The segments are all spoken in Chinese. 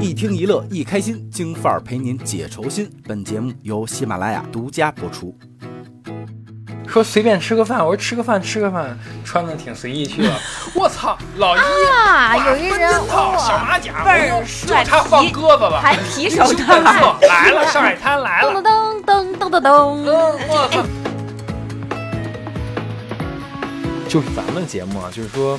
一听一乐一开心，京范儿陪您解愁心。本节目由喜马拉雅独家播出。说随便吃个饭，我说吃个饭吃个饭，穿的挺随意去 了。我操，老一啊，有一奔人真套小哇，马甲，倍儿我用帅就差放皮鸽子了，还提手就套本色来了，上海滩来了噔。噔噔噔噔噔噔。嗯，我操！就是咱们节目啊，就是说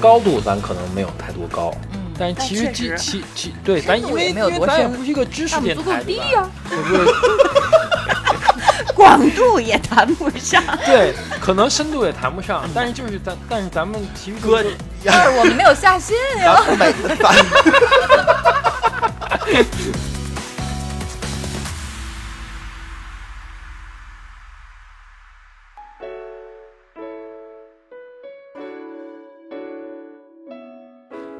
高度咱可能没有太多高，嗯但是其实但其确实其其对，深咱度因为也没有因为多咱也深不是一个知识那我们电足够台，低对吧呀、就是广度也谈不上，对，可能深度也谈不上，但是就是咱但是咱们其实哥就是但是我们没有下心呀。咱们每咱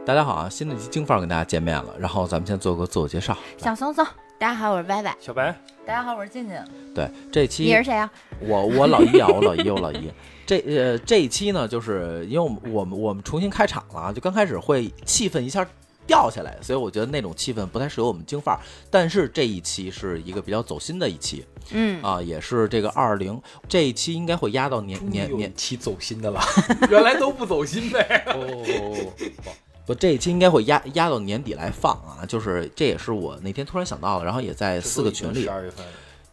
大家好啊，新的一期京范儿跟大家见面了，然后咱们先做个自我介绍。小松松，大家好，我是歪歪。小白，大家好，我是静静。对，这你期是谁啊？我我老一啊，我老一，我老一。这呃这一期呢，就是因为我们我们我们重新开场了啊，就刚开始会气氛一下掉下来，所以我觉得那种气氛不太适合我们京范儿。但是这一期是一个比较走心的一期嗯，啊，也是这个二零这一期应该会压到年年有一年期走心 的了，原来都不走心呗。哦， 不，这一期应该会压压到年底来放啊，就是这也是我那天突然想到了，然后也在四个群里十，二月份，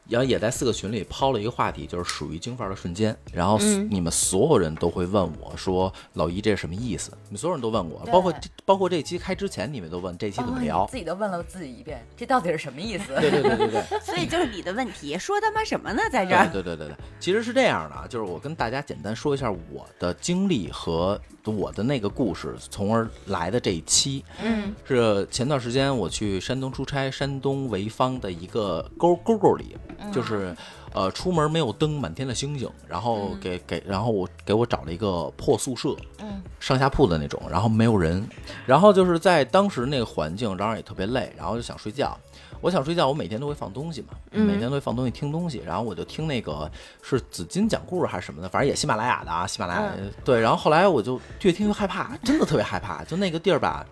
然后也在四个群里抛了一个话题，就是属于京范儿的瞬间。然后嗯你们所有人都会问我说：“老一，这是什么意思？”你们所有人都问我，对包括这包括这期开之前，你们都问这期怎么聊哦你。自己都问了自己一遍，这到底是什 么意思？对对对对 对所以就是你的问题，说他妈什么呢，在这对儿？对对对对，其实是这样的啊，就是我跟大家简单说一下我的经历和我的那个故事，从而来的这一期。嗯，是前段时间我去山东出差，山东潍坊的一个沟沟沟里，就是呃出门没有灯，满天的星星，然后给给然后我给我找了一个破宿舍，嗯，上下铺的那种，然后没有人，然后就是在当时那个环境，当然也特别累，然后就想睡觉。我想睡觉，我每天都会放东西嘛，嗯每天都会放东西听东西，然后我就听那个是紫金讲故事还是什么的，反正也喜马拉雅的啊，喜马拉雅、对。然后后来我就越听越害怕，真的特别害怕，就那个地儿吧，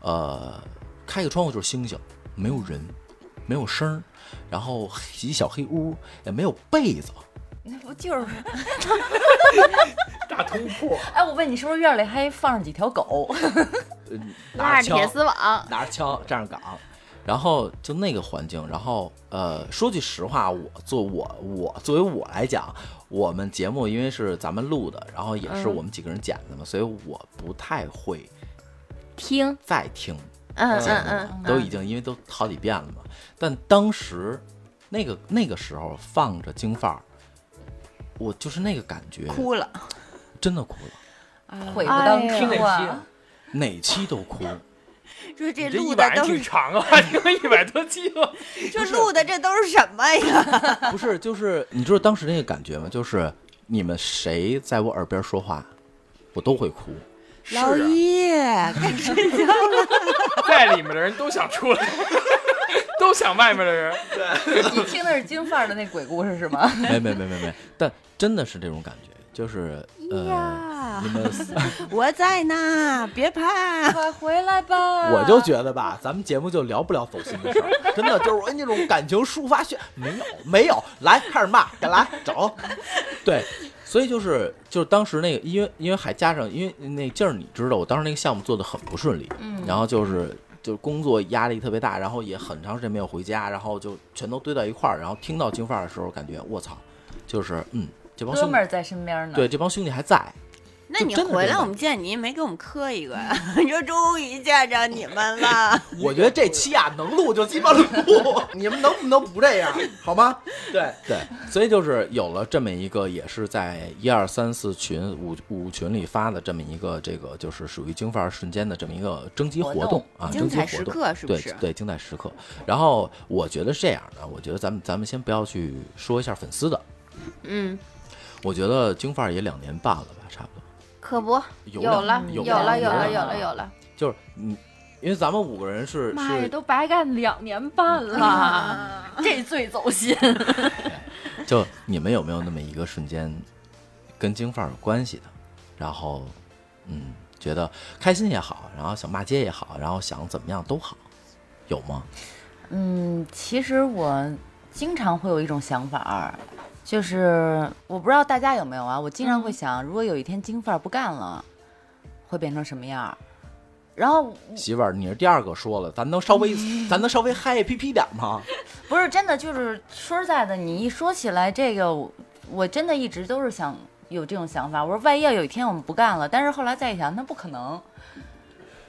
呃，开个窗户就是星星，没有人，没有声儿，然后一小黑屋，也没有被子，那不就是？大通铺，哎，我问你，是不是院里还放上几条 狗？拿拉着着枪铁丝网，拿着枪站着岗，然后就那个环境，然后呃，说句实话，我做我我作为我来讲，我们节目因为是咱们录的，然后也是嗯我们几个人剪的嘛，所以我不太会听，再听嗯节目嗯了，嗯，都已经因为都好几遍了嘛。但当时那个那个时候放着京范儿，我就是那个感觉，哭了，真的哭了，悔不当哎初呀啊！哪期都哭。嗯说这你这录一的百都挺是，长啊， 听了一百多期了。这录的这都是什么呀？不是，就是你知道当时那个感觉吗？就是你们谁在我耳边说话，我都会哭。是 啊老，一，该睡觉了。在里面的人都想 出来，都想外面的人。你听的是京范儿的那鬼故事是吗？没没没没没，但真的是这种感觉，就是嗯呃哎呀，你们，我在呢，别 怕。 快回来吧！我就觉得吧，咱们节目就聊不了走心的事儿，真的就是我哎那种感情抒发宣没有没有，来开始骂，再来整，对。所以就是就是当时那个，因为因为还加上，因为那劲儿你知道，我当时那个项目做的很不顺利，嗯然后就是就是工作压力特别大，然后也很长时间没有回家，然后就全都堆到一块儿，然后听到京范儿的时候，感觉我操，就是嗯，这帮哥兄们弟儿在身边呢。对这帮兄弟还在，那就你真的回这来，样我们见你也没给我们磕一 个呀？你说终于见着你们了，我觉得这期啊能录就鸡巴录， 你们能不能不这样好吗？对对，所以就是有了这么一个，也是在一二三四群五五群里发的这么一个，这个就是属于京范儿瞬间的这么一个征集活活动动啊，征精集彩活时动。刻是不对是？对，精彩时刻。然后我觉得是这样的，我觉得咱们咱们先不要去说一下粉丝的，嗯，我觉得京范儿也两年半了吧，差不多。可不，有有了，有有了，有有了，了有了，有了，就是你，因为咱们五个人是妈呀，是都白干两年半了，啊，这最走心。就你们有没有那么一个瞬间，跟京范儿有关系的，然后，嗯，觉得开心也好，然后想骂街也好，然后想怎么样都好，有吗？嗯，其实我经常会有一种想法儿，就是我不知道大家有没有啊，我经常会想，如果有一天金范儿不干了，会变成什么样儿？然后媳妇儿，你是第二个说了，咱能稍 微，咱能稍微嗨皮皮点儿吗？不是真的，就是说实在的，你一说起来这个，我我真的一直都是想有这种想法。我说万一要有一天我们不干了，但是后来再一想，那不可能，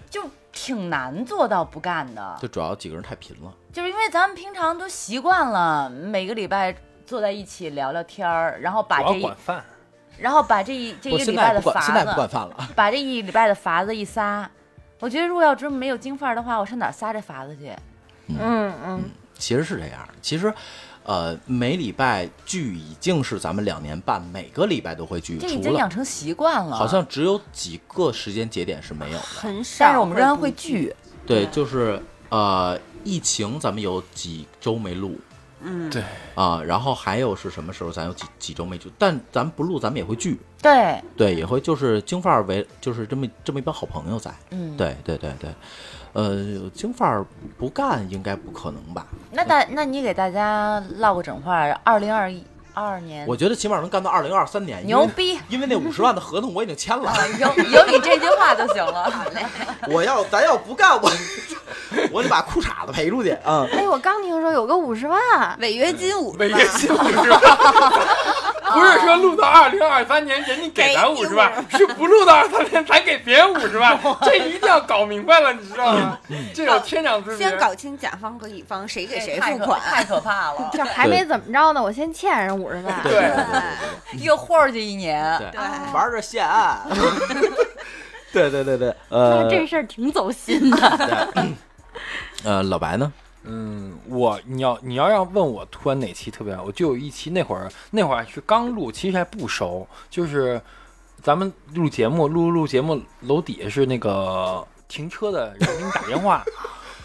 就挺难做到不干的。就主要几个人太贫了，就是因为咱们平常都习惯了每个礼拜坐在一起聊聊天儿，然后把主这要一管饭，然后把这一这一我个现礼拜在的不管，现在法不子管，饭了。 把这一礼拜的法子一撒，我觉得如果要真没有京范儿的话，我上哪儿撒这法子去？嗯嗯，其实是这样，其实，呃，每礼拜聚已经是咱们两年半每个礼拜都会聚，这已除经养了成习惯了，好像只有几个时间节点是没有的。很少，但是我们仍然会聚。对，就是呃，疫情咱们有几周没录嗯，对啊、然后还有是什么时候咱有几几周没聚，但咱不录咱们也会聚，对，对，也会就是京范儿为就是这么这么一帮好朋友在，嗯，。对对对对，呃，京范儿不干应该不可能吧？那大，那你给大家唠个整话，二零二一二年，我觉得起码能干到二零二三年，因牛为逼，嗯因为那五十万的合同我已经签了，有有你这句话就行了。 我要咱要不干，我 我得把裤衩子赔出去啊！哎，我刚听说有个五十万，违约金五嗯违十约万，金五十万， 不是说录到二零二三年人家给咱五十万，是不录到二三年咱给别人五十 万，这一定要搞明白了，你知道吗？这有天壤之别先。搞清甲方和乙方谁给 谁哎太付可款，啊太可怕了，就还没怎么着呢，我先欠人五十万。对对又豁出去一年。对对，对，玩着啊现案。 对对对对，那呃这事儿挺走心的，呃，老白呢？嗯，我你要你要让问我突然哪期特别好，我就有一期那会儿那会儿还是刚录，其实还不熟，就是咱们录节目录录节目，楼底下是那个停车的人给你打电话，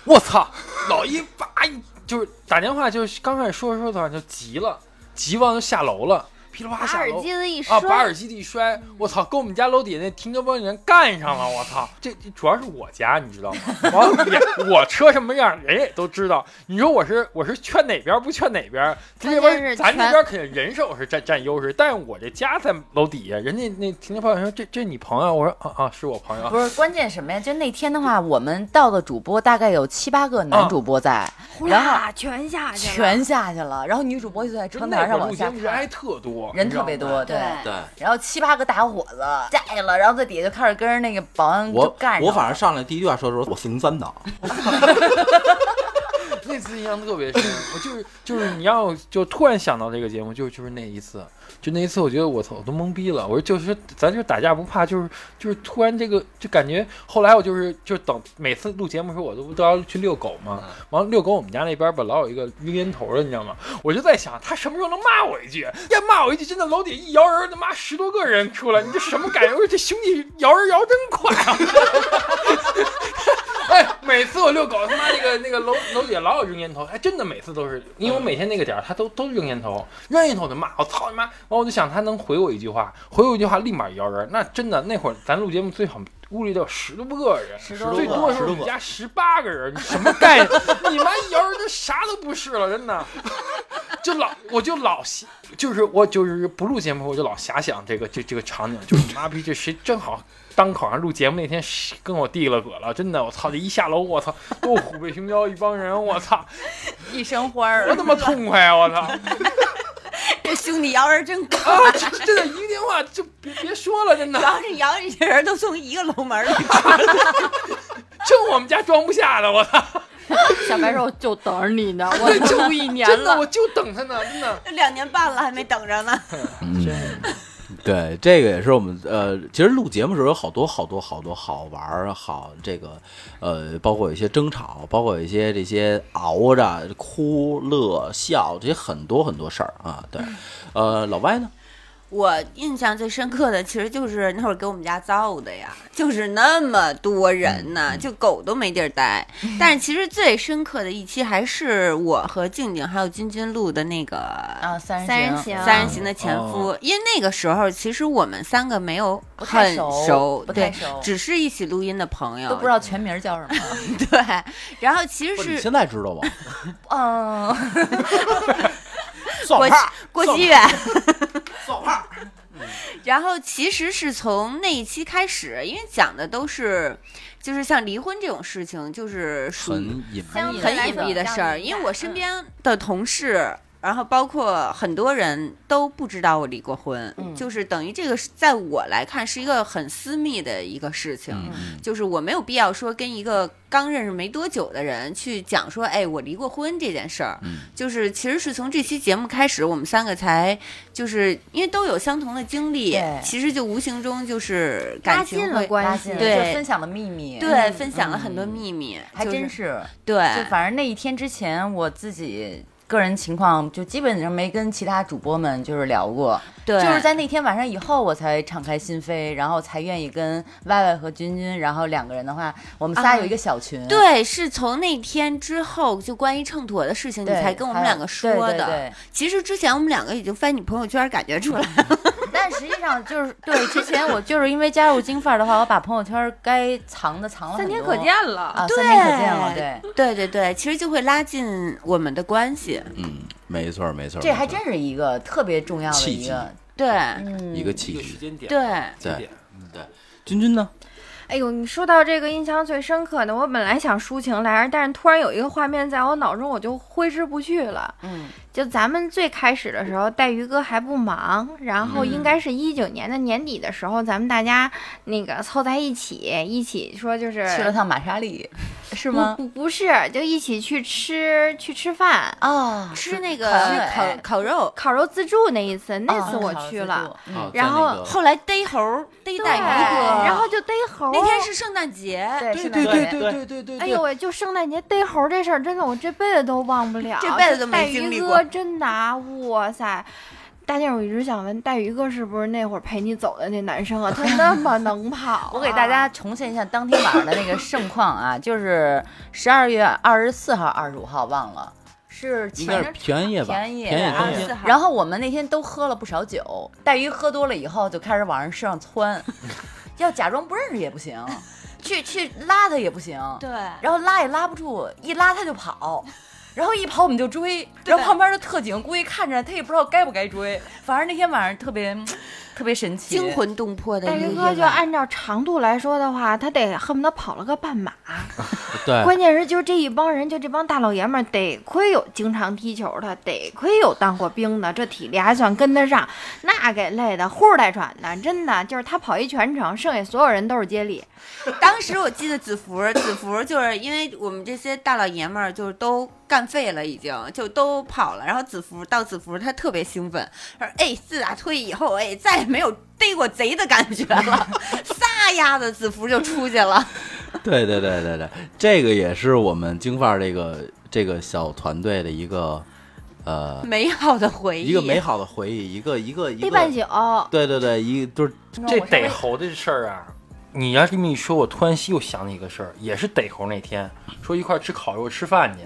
我操，老一叭一就是打电话，就是刚开始说着说着就急了，急完就下楼了，噼里啪啦把下耳楼。机子一啊！呃把摔，耳机一摔，我操，跟我们家楼底下那停车帮人干上了，我操！这这主要是我家，你知道吗？完了也我车什么样，人也都知道。你说我是我是劝哪边不劝哪边？咱这关键边是咱这全边肯定人手是占占优势，但是我这家在楼底下，人家那停车帮人说这这你朋友，我说啊啊是我朋友，不是关键什么呀？就那天的话，我们到的主播大概有七八个嗯男主播在，呼然后啦全下去了，全下去了，然后女主播就在就窗那台会上儿往录下节目人还看，特多，人你知道特别吗多，对。对然后七八个大伙子下去了，然后在底下就开始跟人那个保安就我干上了。我反正上来第一句话说的时候，我四零三的，那次印象特别深，我就是就是你要就突然想到这个节目，就就是那一次，就那一次，我觉得我操，我都懵逼了。我说就是咱就是打架不怕，就是就是突然这个就感觉，后来我就是就等每次录节目的时候，我都都要去遛狗嘛。完了遛狗，我们家那边吧老有一个晕烟头的，你知道吗？我就在想他什么时候能骂我一句？要骂我一句，真的楼底一摇人，他妈十多个人出来，你这什么感觉？我说这兄弟摇人摇真快啊！哎，每次我遛狗，他妈那个那个楼楼底下老有扔烟头，还真的每次都是，因为我每天那个点儿，他都都扔烟头，扔烟头我就骂，我操你妈！完我就想他能回我一句话，回我一句话立马摇人。那真的那会儿咱录节目最好屋里头有十多个人，十多个最多的时候我们家十八个人，你什么概念？ 你妈一摇人就啥都不是了，真的。 就老我就老瞎就是我就是不录节目，我就老遐想这个这这个场景， 就是妈逼这谁正好当考上录节目那天谁跟我递了个了，真的我操！这一下楼我操，多虎背熊腰一帮人，我操，一身花儿多他妈痛快啊！我操啊！这兄弟摇人真高，这真的一个电话就别别说了，真的主，要是摇人人都从一个楼门里就我们家装不下的，我操，小白说就等着你呢，我住一年真的了我，就等他呢，真的。就两年半了还没等着呢，嗯，对，这个也是我们呃，其实录节目的时候有好多好多好多好玩儿，好这个呃，包括有一些争吵，包括有一些这些熬着哭乐笑这些很多很多事儿啊。对，呃，老歪呢？我印象最深刻的 其实就是那会儿给我们家造的呀，就是那么多人嗯呢、就狗都没地儿待。但是其实最深刻的一期还是我和静静还有君君录的那个啊，三三人人行三人行的前哦夫，因为那个时候其实我们三个没有不很太熟，不太对，熟，只是一起录音的朋友，都不知道全名叫什么。 对。然后其不实是你是现在知道吗？嗯，算国炮儿，郭造熙远，算炮儿，然后其实是从那一期开始，因为讲的都是就是像离婚这种事情，就是属于很隐相对很来隐说蔽的比较事儿，敏因为感我嗯身边的同事，然后包括很多人都不知道我离过婚，嗯就是等于这个是在我来看是一个很私密的一个事情。嗯就是我没有必要说跟一个刚认识没多久的人去讲说，哎，我离过婚这件事儿，嗯就是其实是从这期节目开始，我们三个才就是因为都有相同的经历对，其实就无形中就是拉感情近了会关拉系近，了对就分享了秘密，对嗯分享了很多秘密，还就真是哎是。对，就反正那一天之前，我自己个人情况就基本上没跟其他主播们就是聊过，对，就是在那天晚上以后，我才敞开心扉，然后才愿意跟歪歪和君君，然后两个人的话，我们仨啊有一个小群，对，是从那天之后，就关于秤砣的事情，你对，才跟我们还有两个说对对的。对其实之前我们两个已经翻你朋友圈，感觉 出来了。但实际上就是对，之前我就是因为加入金范儿的话，我把朋友圈该藏的藏了很三多，天可见了。啊，三天可见了，对，对对对，其实就会拉近我们的关系。嗯，没错儿没错儿，这还没错真儿是一个特别重要的契一机个，对嗯，一个一契个机时。间点，对，节点，嗯君君呢？哎呦，你说到这个印象最深刻的，我本来想抒情来着，但是突然有一个画面在我脑中，我就挥之不去了。嗯，就咱们最开始的时候，带鱼哥还不忙，然后嗯应该是一九年的年底的时候，咱们大家那个凑在一起，一起说就是去了趟玛莎丽，是不吗？不不是，就一起去吃去吃饭，啊，吃那烤个肉哎烤烤肉，烤肉自助那一次，哦那啊次我去了。，嗯啊，然在后那嗯个后来逮猴儿逮对，逮鱼然哥，后就逮猴儿。哎那天是圣诞节，对对是对那对个对对对对，哎呦喂，就圣诞节逮猴儿这事儿，真的我这辈子都忘不了。 这辈子都没带经鱼历哥过真的啊，哇塞！大静，我一直想问，带鱼哥是不是那会儿陪你走的那男生啊？他 那么能跑啊、我给大家重现一下当天晚上的那个盛况啊， 就是十二月二十四号、二十五号忘 了，是应情该人是平安夜吧？便宜平安夜当便宜天，号 然后我们那天都喝了不少酒，带鱼喝多了以后就开始往人身上 窜，要假装不认识也不行，去去拉他也不行，对，然后拉也拉不住，一拉他就 跑。然后一跑我们就追，然后旁边的特警估计看着他也不知道该不该追，反正那天晚上特别特别神奇，惊魂动魄的带一鱼个哥夜就晚按照长度来说的话，他得恨不得跑了个半马。对，哎关键是就这一帮人，就这帮大老爷们儿，得亏有经常踢球的，得亏有当过兵的，这体力还算跟得上。那给累的呼带喘的，真的就是他跑一全程，剩下所有人都是接力。当时我记得子福，子福就是因为我们这些大老爷们儿就是都干废了，已经就都跑了。然后子福到子福，他特别兴奋，他说：“哎，自打退役以后，哎，再也没有逮过贼的感觉了。”撒丫子子福就出去了。对对对对对，这个也是我们京范儿这个这个小团队的一个呃美好的回忆，一个美好的回忆，一个一个一地半个，宿，对对对，一就是这逮猴的事儿啊，你要这么一说，我突然又想起一个事儿，也是逮猴那天，说一块儿吃烤肉吃饭 去。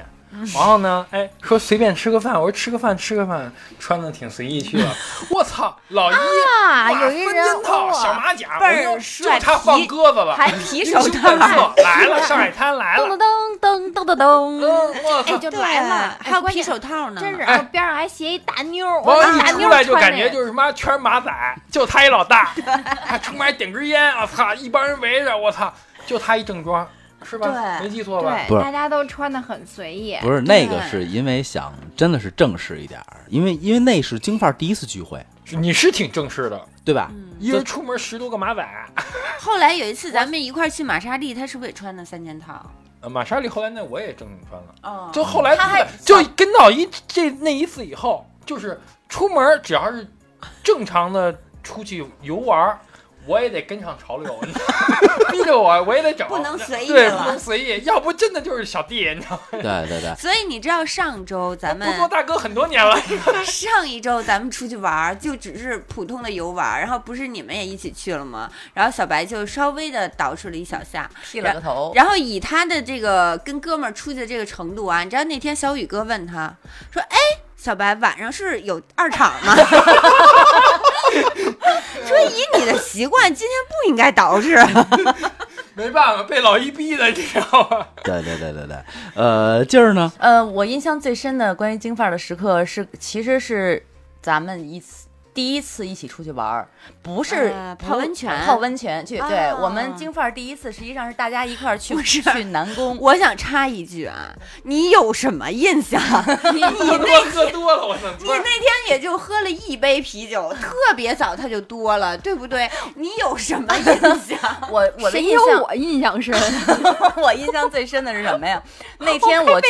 然后呢，哎，说随便吃个饭，我说吃个饭吃个饭，穿的挺随意去 了。我操，老一啊，哇有一分人针套、小哇，马甲，倍儿我就帅就差放皮鸽子了，还提手英雄 本色来了，上海滩来噔了，噔噔噔噔噔嗯噔。我哎，操，就对啊来了，还有关皮键手套呢。真是，哎我边上还斜一大妞儿，我完操了大一出妞儿来就穿感那觉就是妈全马仔，就他一老大，还出门还点根烟，我操，一帮人围着，我操，就他一正装，是吧？对没记错吧？不对，是大家都穿的很随意。不是那个是因为想真的是正式一点儿，因为因为那是京范儿第一次聚会，你是挺正式的，对吧？嗯一人出门十多个马仔。后来有一次咱们一块儿去玛莎丽，他是不是也穿的三件套？呃，玛莎丽后来那我也正经穿了，哦就后来她还就跟到一这那一次以后，就是出门只要是正常的出去游玩儿，我也得跟上潮流，你知道吗 逼着我我也得整，不能随意对，不能了。随意，要不真的就是小弟，你知道吗？对对对，所以你知道上周咱不做们大哥很多年了， 上一周咱们出去玩儿，就只是普通的游玩儿，然后不是你们也一起去了吗？然后小白就稍微的捯饬了一小下，剃了个头，然后以他的这个跟哥们儿出去的这个程度啊，你知道那天小雨哥问他说：“哎，小白晚上是有二场吗？” 说以你的习惯，今天不应该啊导致。 没办法，被老一逼的，你知道 吗？对对对对对，呃，劲儿呢？呃，我印象最深的关于京范儿的时刻是，其实是咱们一次第一次一起出去玩儿，不是、啊不泡温泉泡温泉去。对、啊我们京范儿第一次，实际上是大家一块儿去不是去南宫。我想插一句啊，你有什么印象？你你我喝多了，我操！你那天也就喝了一杯啤 酒，特别早他就多了，对不对？你有什 么印象？我我的谁印有象，我印象深？啊 我印象最深的是什么 呀？那天我去，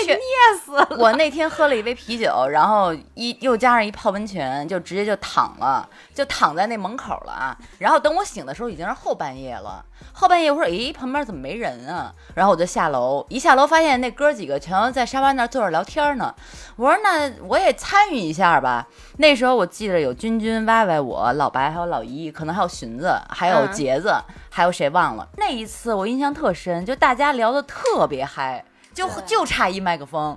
我那天喝了一杯啤酒，然后一又加上一泡温泉，就直接就躺了，就躺在那门口了啊。然后等我醒的时候已经是后半夜了，后半夜我说，诶，旁边怎么没人啊？然后我就下楼，一下楼发现那哥几个全在沙发那儿坐着聊天呢。我说那我也参与一下吧。那时候我记得有君君、歪歪、我、老白，还有老一，可能还有荀子，还有嗯杰子，还有谁忘了？那一次我印象特深，就大家聊得特别嗨，就对就差一麦克风。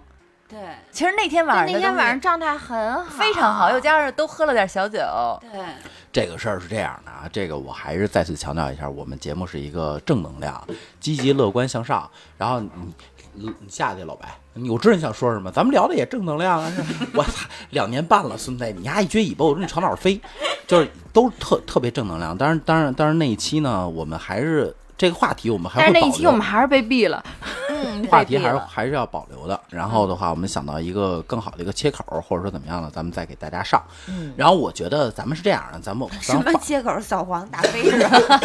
对其实那天晚上啊那的天东晚西上状态很好，非常好，又加上都喝了点小酒，对，这个事儿是这样的啊，这个我还是再次强调一下，我们节目是一个正能量、积极乐观向上。然后你你你下去，老白，你我知道你想说什么，咱们聊的也正能量啊。 是吧我操，两年半了，孙子，你丫一撅尾巴，我说你朝哪儿飞？ 就是都特特别正能量。当然，当然，当然那一期呢，我们还是这个话题，我们还但会是保那留。一期我们还是被毙了，嗯，话被题毙还是了。还是要保留的。然后的话，我们想到一个更好的一个切口，或者说怎么样呢，咱们再给大家上。嗯然后我觉得咱们是这样的，咱们咱什们么话切口扫黄打非 是吧？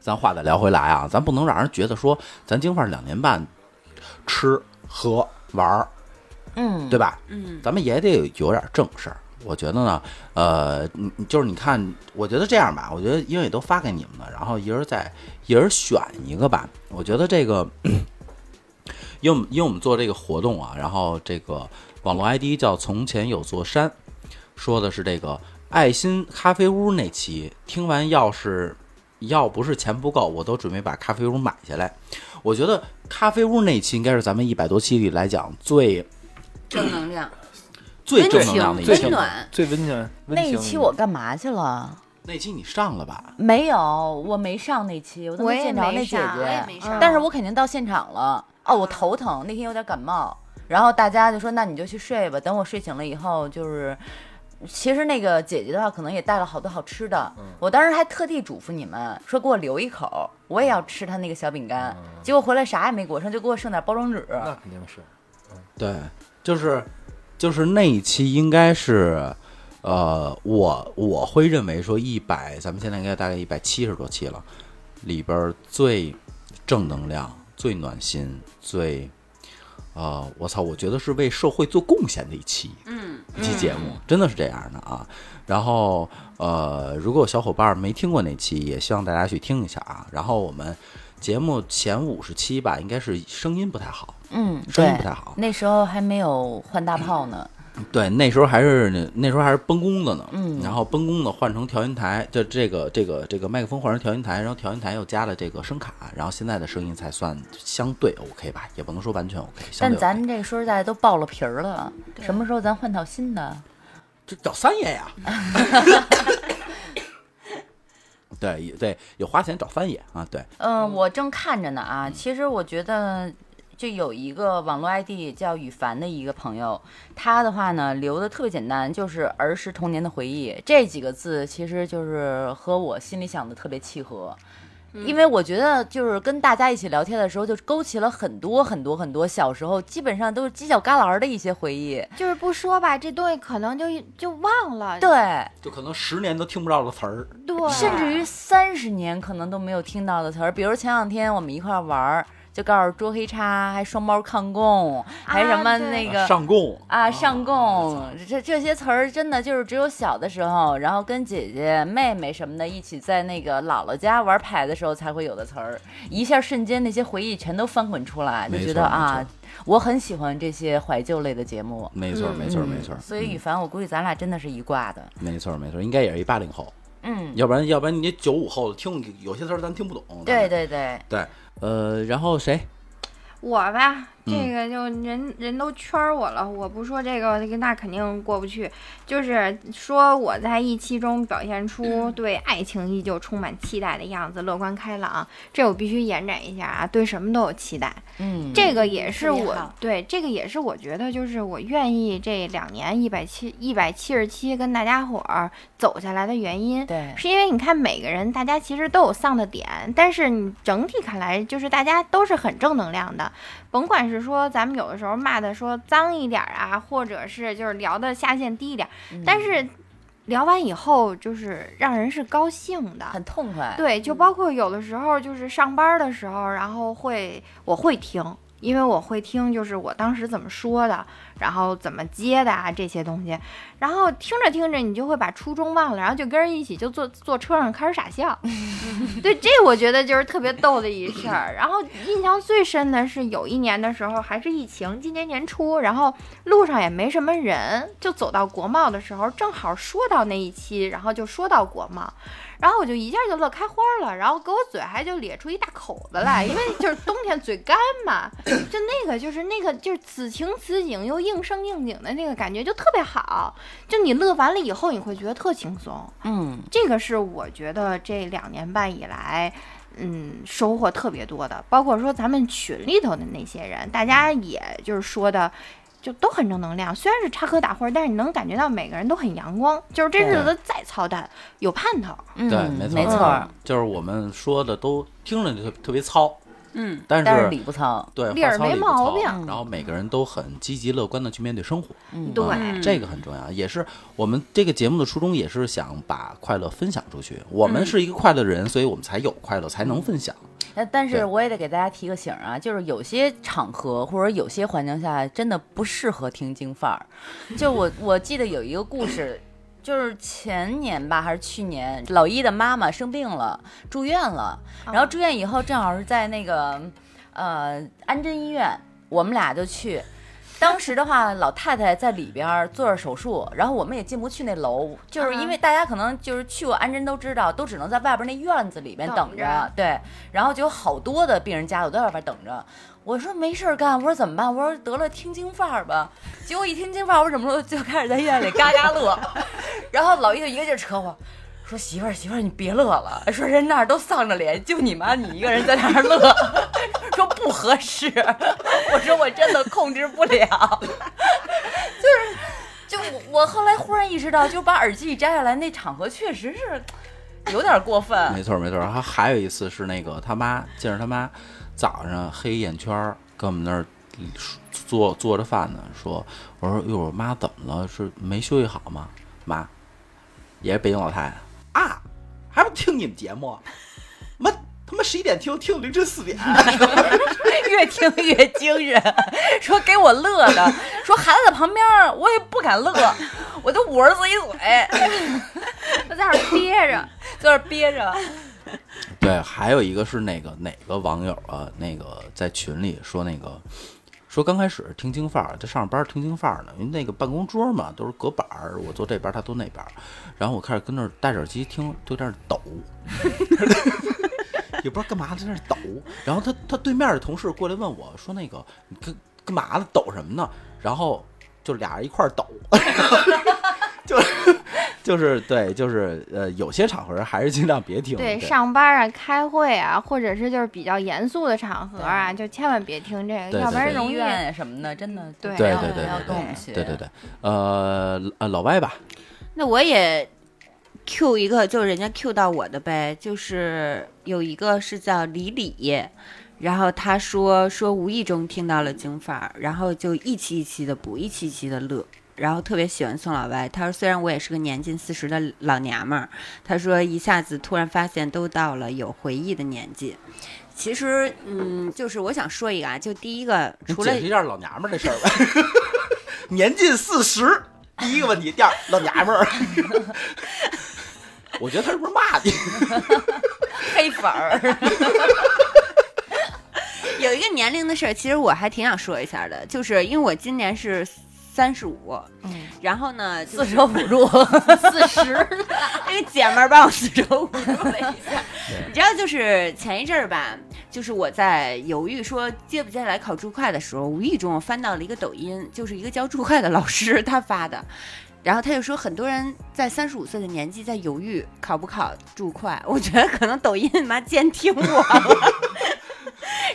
咱话再聊回来啊，咱不能让人觉得说咱京范儿两年半吃喝玩儿，嗯，对吧？嗯，咱们也得有有点正事儿。我觉得呢，呃，你你就是你看，我觉得这样吧，我觉得因为也都发给你们了，然后一人再一人选一个吧。我觉得这个，因为我们因为我们做这个活动啊，然后这个网络 ID 叫“从前有座山”，说的是这个爱心咖啡屋那期，听完要是要不是钱不够，我都准备把咖啡屋买下来。我觉得咖啡屋那期应该是咱们一百多期里来讲最正能量，最温正能量的情一最期温。暖。最温情，那一期我干嘛去了？那期你上了吧？没有，我没上那期，我都我没也见着那姐没上我也姐哎没，上但是我肯定到现场了。哦，我头疼，那天有点感冒，然后大家就说那你就去睡吧，等我睡醒了以后就是。其实那个姐姐的话，可能也带了好多好吃的。嗯我当时还特地嘱咐你们说，给我留一口，我也要吃她那个小饼干。嗯结果回来啥也没给我剩，就给我剩点包装纸。那肯定是对，就是就是那一期应该是，呃，我我会认为说一百，咱们现在应该大概一百七十多期了，里边儿最正能量、最暖心、最。呃，我操！我觉得是为社会做贡献的一期嗯，一期节目，真的是这样的啊。然后呃，如果有小伙伴没听过那期，也希望大家去听一下啊。然后我们节目前五十期吧，应该是声音不太好，嗯，声音对不，太好。那时候还没有换大炮呢。对，那时候还是那时候还是崩弓子呢，嗯然后崩弓子换成调音台，就这个这个这个麦克风换成调音台，然后调音台又加了这个声卡，然后现在的声音才算相对 OK 吧，也不能说完全 OK 相但对 OK。咱这个说实在的都爆了皮儿了，对什么时候咱换套新的？这找三爷呀， 对对，有花钱找三爷啊，对，嗯，我正看着呢啊。其实我觉得，就有一个网络 ID 叫羽凡的一个朋友，他的话呢留的特别简单，就是儿时童年的回忆这几个字，其实就是和我心里想的特别契合。因为我觉得，就是跟大家一起聊天的时候，就勾起了很多很多很多小时候，基本上都是犄角旮旯儿的一些回忆。就是不说吧，这东西可能就就忘了，对，就可能十年都听不到的词儿，对，甚至于三十年可能都没有听到的词儿，比如前两天我们一块儿玩儿，就告诉捉黑叉，还双猫抗共，还什么啊对那个上供哦啊，上供，这这些词儿真的就是只有小的时候，然后跟姐姐、妹妹什么的一起在那个姥姥家玩牌的时候才会有的词儿，一下瞬间那些回忆全都翻滚出来，就没觉错得没啊，我很喜欢这些怀旧类的节目。没错，没错，嗯没错。所以羽凡，我估计咱俩真的是一挂的。没错，没错，应该也是一八零后，嗯，要不然要不然你九五后听有些词儿咱听不懂。对对对，对，呃，然后谁？我吧，嗯这个就人人都圈儿我了，我不说这个，那个那肯定过不去。就是说我在一期中表现出对爱情依旧充满期待的样子，乐观开朗，这我必须延展一下啊，对什么都有期待。嗯，这个也是特别我好对这个也是我觉得就是我愿意这两年一百七一百七十七跟大家伙儿走下来的原因。对，是因为你看每个人，大家其实都有丧的点，但是你整体看来，就是大家都是很正能量的。甭管是说咱们有的时候骂的说脏一点儿啊，或者是就是聊的下限低一点儿，但是聊完以后，就是让人是高兴的，很痛快。对，就包括有的时候就是上班的时候，然后会我会听，因为我会听就是我当时怎么说的，然后怎么接的啊这些东西，然后听着听着你就会把初衷忘了，然后就跟人一起就坐坐车上开始傻笑，对，这我觉得就是特别逗的一事儿。然后印象最深的是有一年的时候还是疫情，今年年初，然后路上也没什么人，就走到国贸的时候，正好说到那一期，然后就说到国贸。然后我就一下就乐开花了，然后给我嘴还就咧出一大口子来，因为就是冬天嘴干嘛，就那个就是那个就是此情此景又应声应景的那个感觉就特别好，就你乐完了以后你会觉得特轻松，嗯，这个是我觉得这两年半以来。嗯，收获特别多的，包括说咱们群里头的那些人，大家也就是说的，就都很正能量。虽然是插科打诨，但是你能感觉到每个人都很阳光，就是这日子再操蛋有盼头。嗯对，没错，没错，就是我们说的都听着就特特别糙，嗯，但但是理不糙。对理儿话糙没理不毛糙病然后每个人都很积极乐观的去面对生活，嗯，对啊这个很重要，也是我们这个节目的初衷，也是想把快乐分享出去。我们是一个快乐的人，所以我们才有快乐，才能分享。那但对是我也得给大家提个醒儿啊，就是有些场合或者有些环境下，真的不适合听京范儿。就我我记得有一个故事，就是前年吧还是去年，老一的妈妈生病了，住院了，然后住院以后正好是在那个呃安贞医院，我们俩就去。当时的话，老太太在里边儿做着手术，然后我们也进不去那楼，就是因为大家可能就是去过安贞都知道，都只能在外边那院子里边等等着着，对。然后就有好多的病人家属都在外边等着。我说没事儿干，我说怎么办？我说得了，听京范儿吧。结果一听京范儿，我忍不住就开始在医院里嘎嘎乐。然后老一就一个劲儿扯我，说媳妇儿媳妇儿你别乐了，说人那儿都丧着脸，就你妈你一个人在那儿乐， 说不合适。我说我真的控制不了， 就是就我后来忽然意识到，就把耳机一摘下来，那场合确实是有点过分。没错没错，还还有一次是那个他妈见着他妈，早上黑眼圈儿跟我们那儿做做着饭呢，说我说哟我妈怎么了？是没休息好吗？妈，也是北京老太太啊，还不听你们节目，妈他妈十一点听听到凌晨四点， 越听越精神，说给我乐的，说孩子在旁边儿，我也不敢乐，我就捂着自己嘴，我在那儿憋着，在那儿憋着。对，还有一个是那个哪个网友啊，那个在群里说那个说刚开始听京范儿，在上班听京范儿呢，因为那个办公桌嘛都是隔板儿，我坐这边儿，他坐那边儿，然后我开始跟那儿戴着耳机听，就在那儿抖，也不知道干嘛在那儿抖，然后他他对面的同事过来问我说那个你干干嘛呢？抖什么呢？然后就俩人一块儿抖。 就是就是对，就是呃，有些场合还是尽量别听。对，上班啊、开会啊，或者是就是比较严肃的场合啊，就千万别听这个，对要不然对对容医易。院什么的，真的对对不要对不对要对跟我对们学。对对对，呃呃，老外吧，那我也 Q 一个，就是人家 Q 到我的呗，就是有一个是叫李李，然后他说说无意中听到了京范儿，然后就一期一期的补，一期一期的乐。然后特别喜欢宋老歪，他说虽然我也是个年近四十的老娘们儿，他说一下子突然发现都到了有回忆的年纪，其实，嗯，就是我想说一个啊，就第一个，你除了解释一下老娘们儿这事儿吧。年近四十，第一个问题，第二老娘们儿。 我觉得他是不是骂你？黑粉儿，有一个年龄的事儿，其实我还挺想说一下的，就是因为我今年是三十五，嗯然后呢，就四是舍五入，四十，那个姐们儿把我四舍五入了一下。你知道，就是前一阵儿吧，就是我在犹豫说接不接下来考注会的时候，无意中我翻到了一个抖音，就是一个教注会的老师他发的。然后他就说，很多人在三十五岁的年纪在犹豫考不考注会，我觉得可能抖音妈监听我了。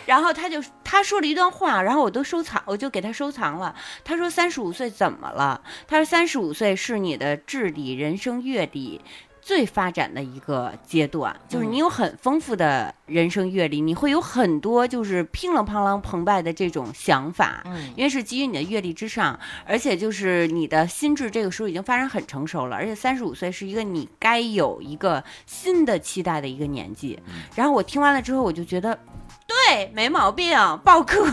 然后他就他说了一段话，然后我都收藏，我就给他收藏了。他说三十五岁怎么了？他说三十五岁是你的智力、人生阅历最发展的一个阶段，就是你有很丰富的人生阅历，你会有很多就是乒啷乓啷澎湃的这种想法， 嗯因为是基于你的阅历之上，而且就是你的心智这个时候已经发展很成熟了，而且三十五岁是一个你该有一个新的期待的一个年纪。然后我听完了之后，我就觉得。对，没毛病，报课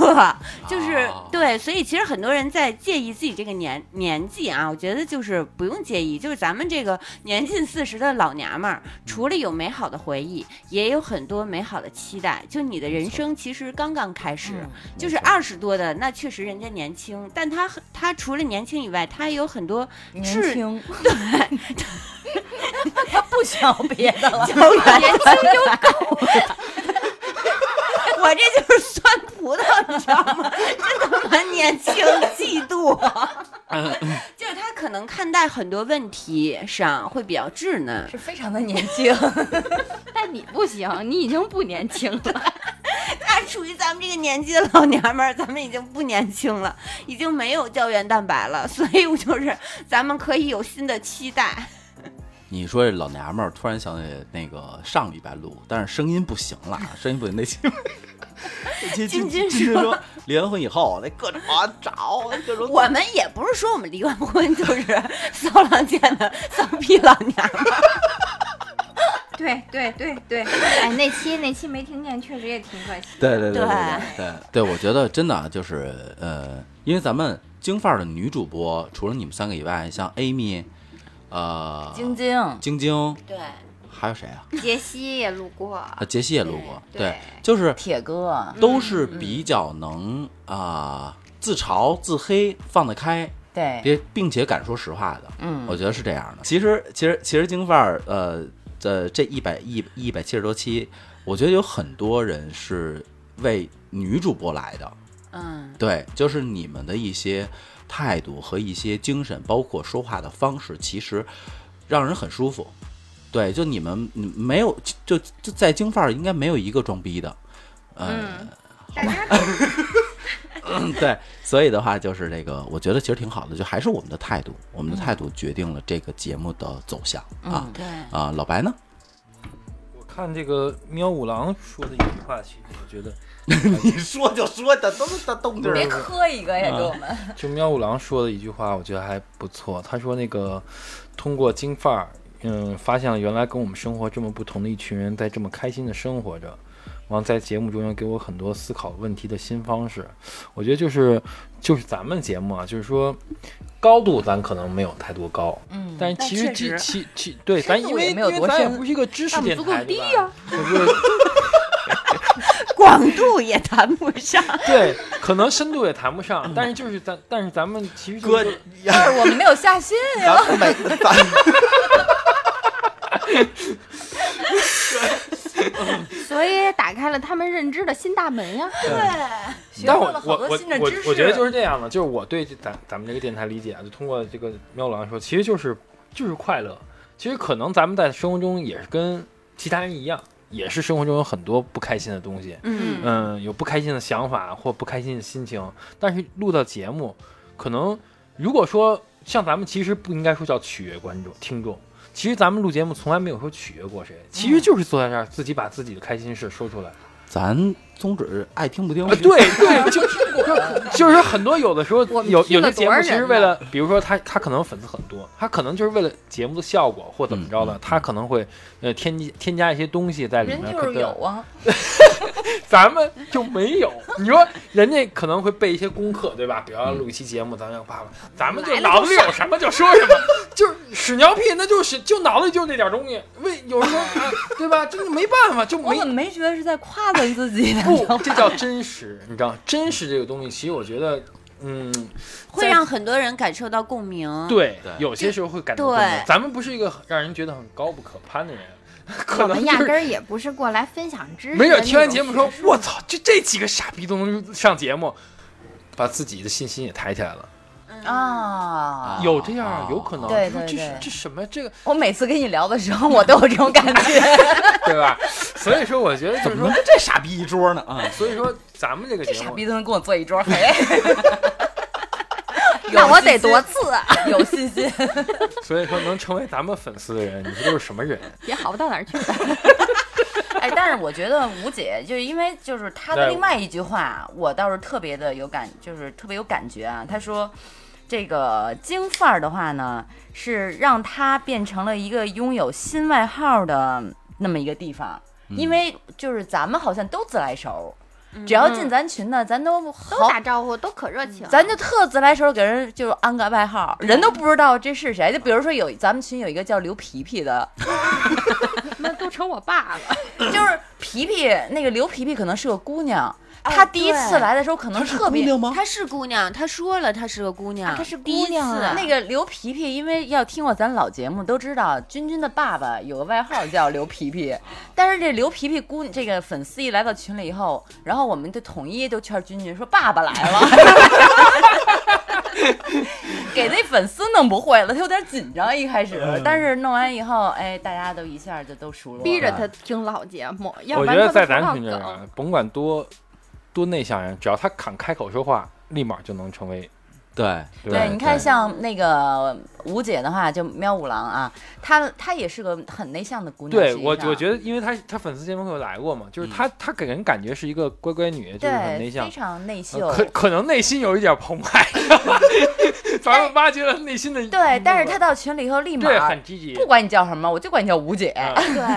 就是、对，所以其实很多人在介意自己这个年年纪啊，我觉得就是不用介意，就是咱们这个年近四十的老娘们儿，除了有美好的回忆，也有很多美好的期待。就你的人生其实刚刚开始，嗯就是二十多的那确实人家年轻，但他很他除了年轻以外，他也有很多年是轻，对，他 不想别的了，年轻就够了。 我这就是酸葡萄，你知道吗？真他妈年轻，嫉妒。啊就是他可能看待很多问题上会比较稚嫩， 是非常的年轻，但你不行，你已经不年轻了。他属于咱们这个年纪的老娘们儿，咱们已经不年轻了，已经没有胶原蛋白了， 所以我就是咱们可以有新的期待。 你说这老娘们儿，突然想起那个上礼拜录，但是声音不行了，啊声音不行那期。那期君君君说说离完婚以后，那各种啊找，各种我们也不是说我们离完婚就是骚浪贱的骚逼老娘们儿， 对对对 对，哎，那期那期没听见，确实也挺可惜。对对对对对对，我觉得真的啊就是呃，因为咱们京范儿的女主播，除了你们三个以外，像 Amy，呃，晶晶，晶晶，对。还有谁啊？ 杰西也录过，啊，杰西也录过，对对嗯就是铁哥，都是比较能啊、自嘲自黑放得开，对，别并且敢说实话的，嗯我觉得是这样的。其实，其实，其实京范儿，呃，这这一百一一百七十多期，我觉得有很多人是为女主播来的，嗯，对，就是你们的一些态度和一些精神，包括说话的方式，其实让人很舒服。对，就你们你没有就就在京范儿应该没有一个装逼的，呃、嗯，大家 嗯，对，所以的话就是这个，我觉得其实挺好的，就还是我们的态度，我们的态度决定了这个节目的走向啊嗯对，啊，老白呢？我看这个喵五郎说的一句话，其实我觉得你说就说的，都是的动静儿。别磕一个呀，给我们，就喵五郎说的一句话，我觉得还不错。他说那个通过金发儿，嗯，发现了原来跟我们生活这么不同的一群人在这么开心的生活着。然后在节目中又给我很多思考问题的新方式，我觉得就是就是咱们节目啊，就是说高度咱可能没有太多高，嗯但其实但确其实其其对咱深度因为也因没有为多咱也深不是一个知识但我电们台，足够低对吧呀就是广度也谈不上。对，可能深度也谈不上，但是就是咱但是咱们其实就是哥，说但是我们没有下心呀，咱们每咱所以打开了他们认知的新大门啊呀。学但会我了好我多我新的我知识，我觉得就是这样的，就是我对这咱咱们这个电台理解啊，就通过这个喵郎说，其实就是就是快乐。其实可能咱们在生活中也是跟其他人一样，也是生活中有很多不开心的东西，嗯嗯，有不开心的想法或不开心的心情。但是录到节目，可能如果说像咱们其实不应该说叫取悦观众听众。其实咱们录嗯节目从来没有说取悦过谁，其实就是坐在这儿自己把自己的开心事说出来。咱宗旨爱听不听啊，。 对对，就是就是很多有的时候有有些节目其实为了，比如说他他可能粉丝很多，他可能就是为了节目的效果或怎么着的，他可能会呃添加添加一些东西在里面。人就是可有啊，咱们就没有。你说人家可能会备一些功课，对吧？比方说录一期节目，咱们要爸爸，咱们就脑子里有什么就说什么，就是屎尿屁，那就是就脑子里就那点东西。为有时候、啊对吧？真的没办法，就我没怎么没觉得是在夸赞自己 呢？不，这叫真实，你知道，真实这个东西，其实我觉得，嗯， 会让很多人感受到共鸣。，对对有些时候会感动。对咱们不是一个让人觉得很高不可攀的人，可我能们就压根是。儿也不是过来分享知识的没那种准学术。听完节目说：“我操，就这几个傻逼都能上节目，把自己的信心也抬起来了。”啊！有这样儿，有可能。对就说对这是对这什么呀这个我每次跟你聊的时候，我都有这种感觉。对吧？所以说，我觉得就是嗯说，这傻逼一桌呢啊！所以说咱们这个这节傻目逼都能跟我坐一桌，嘿， 那我得多次啊，有信心。所以说能成为咱们粉丝的人，你说都是什么人？也好不到哪儿去。哎，但是我觉得吴姐就是因为就是她的另外一句话，我倒是特别的有感，就是特别有感觉啊。她说，这个京范儿的话呢，是让它变成了一个拥有新外号的那么一个地方，因为就是咱们好像都自来熟，只要进咱群呢，咱都都好打招呼，都可热情。咱就特自来熟，给人就是安个外号，人都不知道这是谁。就比如说有咱们群有一个叫刘皮皮的，那都成我爸了。就是皮皮那个刘皮皮可能是个姑哦娘，她第一次对来的时候可能特别。吗？她是姑娘，她说了她是个姑娘，啊她是第一姑娘次啊那个刘皮皮，因为要听过咱老节目都知道，君君的爸爸有个外号叫刘皮皮，但是这刘皮皮姑这个粉丝一来到群里以后，然后我们就统一都劝君君说爸爸来了， 给那粉丝弄不会了，他有点紧张一开始，嗯但是弄完以后，哎，大家都一下就都熟络了，逼着他听老节目，要我不觉然得他在都不咱好群这儿梗啊，甭管多多内向人，只要他肯开口说话，立马就能成为对，对吧对，你看像那个吴姐的话，就喵五郎啊，她她也是个很内向的姑娘。对实际啊我，上我觉得，因为他他粉丝节目会有来过嘛，就是他他给人感觉是一个乖乖女，就是很内嗯对向呃非，常内秀。可可能内心有一点澎湃， 咱们挖掘了内心的一对，但是部她分到群里以后立嗯对马很积极，不管你叫什么，我就管你叫吴姐，嗯对，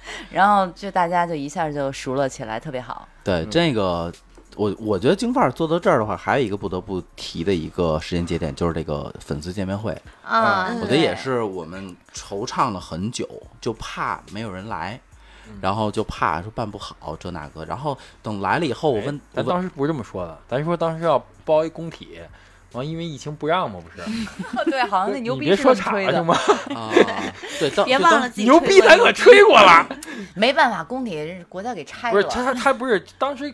然后就大家就一下就熟络起来，特别好。对嗯这个，我我觉得京范儿做到这儿的话，还有一个不得不提的一个时间节点，就是这个粉丝见面会。嗯啊，我觉得也是我们惆怅了很久，就怕没有人来，嗯然后就怕说办不好这那个，然后等来了以后，我问我哎，咱问当时不是这么说的，咱说当时要包一工体，完因为疫情不让嘛，不是？ 对，好嗯像那牛你逼别是说这么岔吹了的行。吗？啊，对，当 别就忘当了自己牛逼，吹过咱可吹过了。没办法，工体国家给拆不了是。他他他不是当时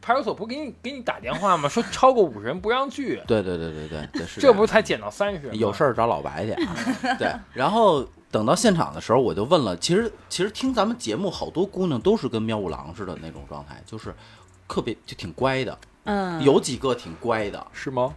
派出所不给你给你打电话吗？说超过五十人不让聚，对对对对对 对，是这样不才减到三十？有事儿找老白去。 对，然后等到现场的时候，我就问了，其实其实听咱们节目，好多姑娘都是跟喵五郎似的那种状态，就是特别就挺乖的，嗯，有几个挺乖的是吗？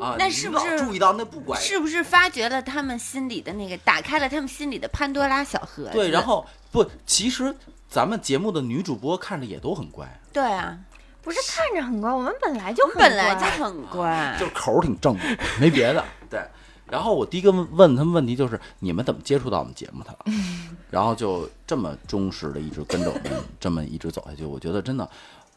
啊。那你是老不是注意到那不乖的？是不是发掘了他们心里的那个，打开了他们心里的潘多拉小盒子？对，然后不，其实咱们节目的女主播看着也都很乖，对啊，不是看着很乖，我们本来就我很本来就乖很乖，就是口儿挺正的，没别 的。对。然后我第一个问问他们问题就是你们怎么接触到我们节目的？ 然后就这么忠实的一直跟着我们这么一直走下去，我觉得真的，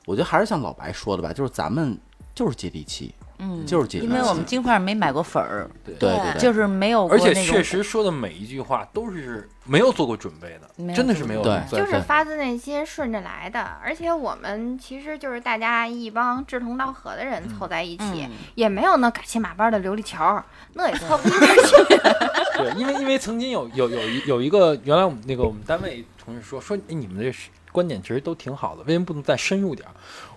我觉得还是像老白说的吧，就是咱们就是接地气，嗯，就是接地气。因为我们京范儿没买过粉儿，对对对，就是没有过而且那种。确实说的每一句话都是没有做过准备没的，有真的是没有做准备过就对是对发自内心顺着来的，而且我们其实就是大家一帮志同道合的人嗯凑在一起，也没有那赶七马八的琉璃桥，那也凑不进去。 对，因为因为曾经有有有一有一个原来我们那个我们单位同事说说哎你们这是观点其实都挺好的，为什么不能再深入点儿？